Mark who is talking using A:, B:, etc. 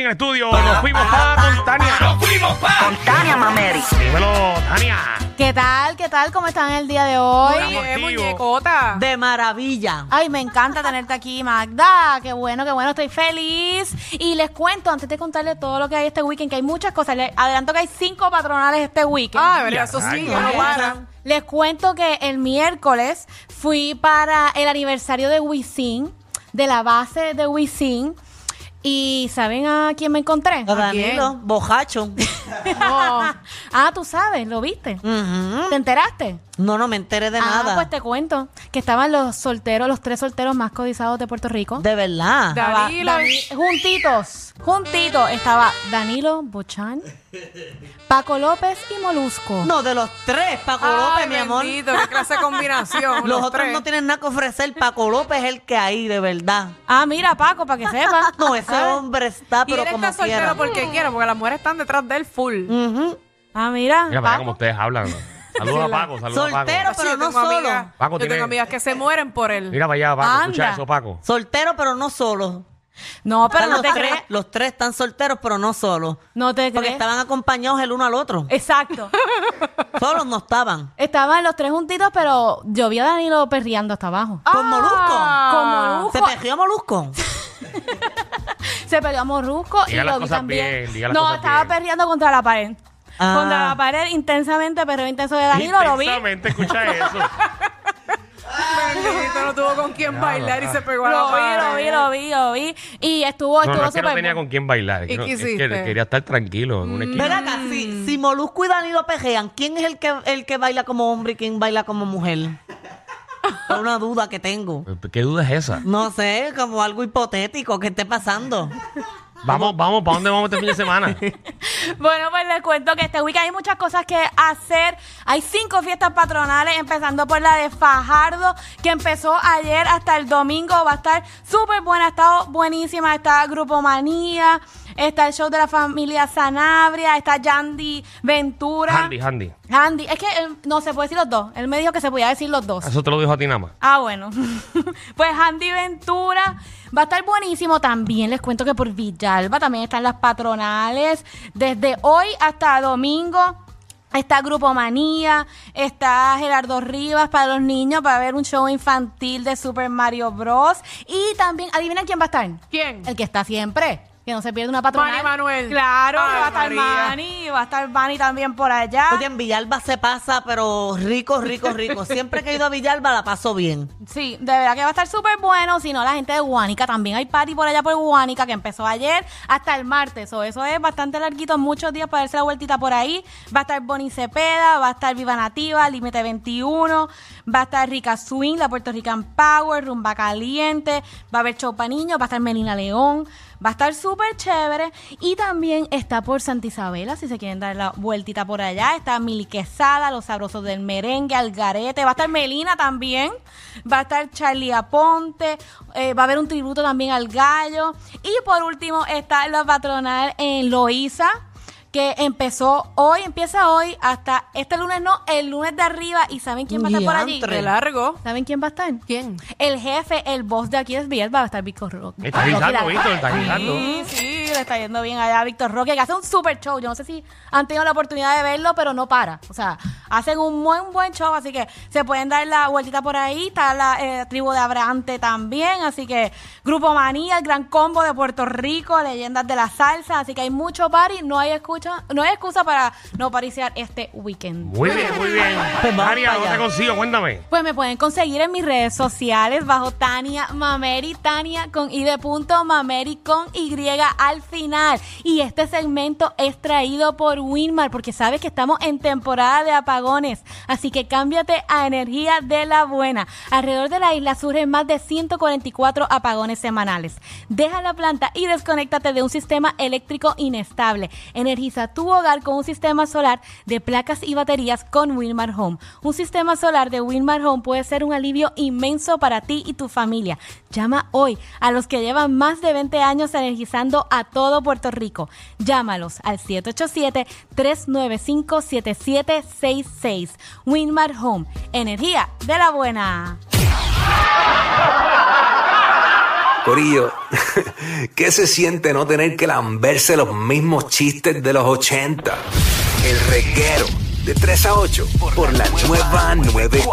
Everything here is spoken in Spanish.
A: En el estudio nos fuimos para Montania.
B: ¡Nos fuimos pa!
C: Tania Mameri.
A: Dímelo, Tania.
D: ¿Qué tal? ¿Qué tal? ¿Cómo están el día de hoy?
A: Estamos
E: Oye,
A: activos.
E: muñecota.
C: De maravilla.
D: Ay, me encanta tenerte aquí, Magda. Qué bueno, qué bueno, estoy feliz. Y les cuento, antes de contarles todo lo que hay este weekend, que hay muchas cosas. Les adelanto que hay cinco patronales este weekend.
E: Ah, verdad, eso
A: Ay,
E: sí,
A: no.
E: ya no para.
D: Les cuento que el miércoles fui para el aniversario de Wisin, de la base de Wisin. Y ¿saben a quién me encontré?
C: A Danilo, bojacho.
D: ah, tú sabes, lo viste.
C: Ujú.
D: ¿Te enteraste?
C: No, no me enteré de
D: Ah,
C: nada.
D: pues te cuento que estaban los solteros, los tres solteros más codizados de Puerto Rico.
C: De verdad.
E: Da-
D: Estaba
E: Danilo.
D: Dani- juntitos, juntitos. Estaba Danilo Bochan, Paco López y Molusco.
C: no, de los tres, Paco
E: Ay,
C: López, mi amor.
E: bendito, qué clase de combinación.
C: Los otros
E: tres.
C: no tienen nada que ofrecer. Paco López es el que hay, de verdad.
D: Ah, mira, Paco, para que sepa.
C: No, ese
D: Ah,
C: hombre está,
E: Y
C: pero
E: él está
C: como
E: soltero
C: quiera. Mm.
E: porque quiere, porque las mujeres están detrás de él full.
C: Ujú.
D: Ah, mira.
A: Mira, para
D: Paco.
A: cómo ustedes hablan. Saludos a Paco, saludos a
C: Soltero.
A: Paco.
E: Así
C: pero
E: yo
C: no
E: tengo amigas-
C: solo.
A: Paco
E: yo
A: tiene-
E: tengo amigas que se mueren por él.
A: Mira para allá, Paco. Escucha
D: Anda.
A: eso, Paco.
C: Soltero, pero no solo.
D: No, pero
C: Están
D: no
C: los,
D: te
C: tres,
D: crees.
C: los tres están solteros, pero no solos.
D: No te
C: Porque
D: crees.
C: estaban acompañados el uno al otro.
D: Exacto.
C: Solos no estaban.
D: Estaban los tres juntitos, pero yo vi a Danilo perreando hasta abajo.
C: Con Molusco.
D: Con
C: ¿Se
D: Ah, Molusco.
C: perdió Molusco?
D: Se peleó a Molusco y
A: Diga las
D: lo vi
A: cosas
D: también.
A: bien, diga las
D: no,
A: cosas
D: estaba
A: bien.
D: perreando contra la pared.
C: Ah.
D: Contra la pared intensamente, pero intenso de Danilo, lo vi.
A: Intensamente, escucha eso.
E: Bendito, no tuvo con quién bailar
A: ah.
E: y se pegó a la
D: Lo vi, lo
E: pared.
D: vi, lo vi, lo vi. Y estuvo,
A: No,
D: estuvo
A: no es que no
D: súper
A: tenía
D: bueno.
A: con quién bailar. es que
E: ¿Y
A: no-
E: qué
A: es que
E: hiciste?
A: quería estar tranquilo en una
C: Ven
A: esquina.
C: acá, si, si Molusco y Danilo pejean, ¿quién es el que, el que baila como hombre y quién baila como mujer? Es una duda que tengo.
A: ¿Qué duda es esa?
C: No sé, como algo hipotético que esté pasando.
A: Vamos, vamos, ¿para dónde vamos este fin de semana?
D: Bueno, pues les cuento que este weekend hay muchas cosas que hacer. Hay cinco fiestas patronales, empezando por la de Fajardo, que empezó ayer hasta el domingo. Va a estar súper buena, ha estado buenísima. Está Grupo Manía, está el show de la familia Sanabria, está Yandy Ventura.
A: Handy, Handy.
D: Yandy. Es que él- no se puede decir los dos. Él me dijo que se podía decir los dos.
A: Eso te lo dijo a ti nada más.
D: Ah, bueno. pues Andy Ventura va a estar buenísimo. También les cuento que por Villalba también están las patronales. Desde hoy hasta domingo está Grupo Manía, está Gerardo Rivas para los niños, para ver un show infantil de Super Mario Bros. Y también, adivinen quién va a estar.
E: ¿Quién?
D: El que está siempre. Que no se pierde una patronal.
E: Manny Manuel.
D: Claro,
E: Ay,
D: va a estar
E: María. Pues
D: Manny, va a estar Manny también por allá.
C: Oye, en Villalba se pasa, pero rico, rico, rico. Siempre que he ido a Villalba la paso bien.
D: Sí, de verdad que va a estar súper bueno. Si no, la gente de Guánica también hay party por allá por Guánica que empezó ayer hasta el martes. O eso es bastante larguito, muchos días para darse la vueltita por ahí. Va a estar Bonnie Cepeda, va a estar Viva Nativa, Límite 21, va a estar Rica Swing, la Puerto Rican Power, Rumba Caliente, va a haber Chopa Niño, va a estar Melina León. Va a estar súper chévere. Y también está por Santa Isabela, si se quieren dar la vueltita por allá. Está Mili Quesada, Los Sabrosos del Merengue, Algarete. Va a estar Melina también. Va a estar Charlie Aponte. Eh, va a haber un tributo también al Gallo. Y por último está la patronal en Loíza. Que empezó hoy, empieza hoy, hasta este lunes no, el lunes de arriba. ¿Y saben quién va a estar por allí?
E: De largo.
D: ¿Saben quién va a estar?
E: ¿Quién?
D: El jefe, el boss de aquí es Biel, va a estar Vico Rock.
A: Está guisando, Víctor, está guisando.
D: Sí, sí, le está yendo bien allá a Víctor Roque, que hace un super show. Yo no sé si han tenido la oportunidad de verlo, pero no para. O sea, hacen un buen, buen show, así que se pueden dar la vueltita por ahí. Está la eh, tribu de Abrante también, así que Grupo Manía, el gran combo de Puerto Rico, leyendas de la salsa, así que hay mucho party, no hay escucha, no hay excusa para no pariciar este weekend.
A: Muy bien, muy bien.
C: Pues vamos
A: María,
C: para
A: ¿dónde te
C: allá.
A: consigo? Cuéntame.
D: Pues me pueden conseguir en mis redes sociales bajo Tania Mameri, Tania con I de punto, Mameri con Y al final. Y este segmento es traído por Winmar porque sabes que estamos en temporada de apagones, así que cámbiate a energía de la buena. Alrededor de la isla surgen más de 144 apagones semanales. Deja la planta y desconéctate de un sistema eléctrico inestable. Energiza tu hogar con un sistema solar de placas y baterías con Winmar Home. Un sistema solar de Winmar Home puede ser un alivio inmenso para ti y tu familia. Llama hoy a los que llevan más de 20 años energizando a todo Puerto Rico. Llámalos al 787-395-7766. Winmar Home, energía de la buena.
B: Corillo, ¿qué se siente no tener que lamberse los mismos chistes de los 80? El reguero de 3 a 8 por la nueva 9.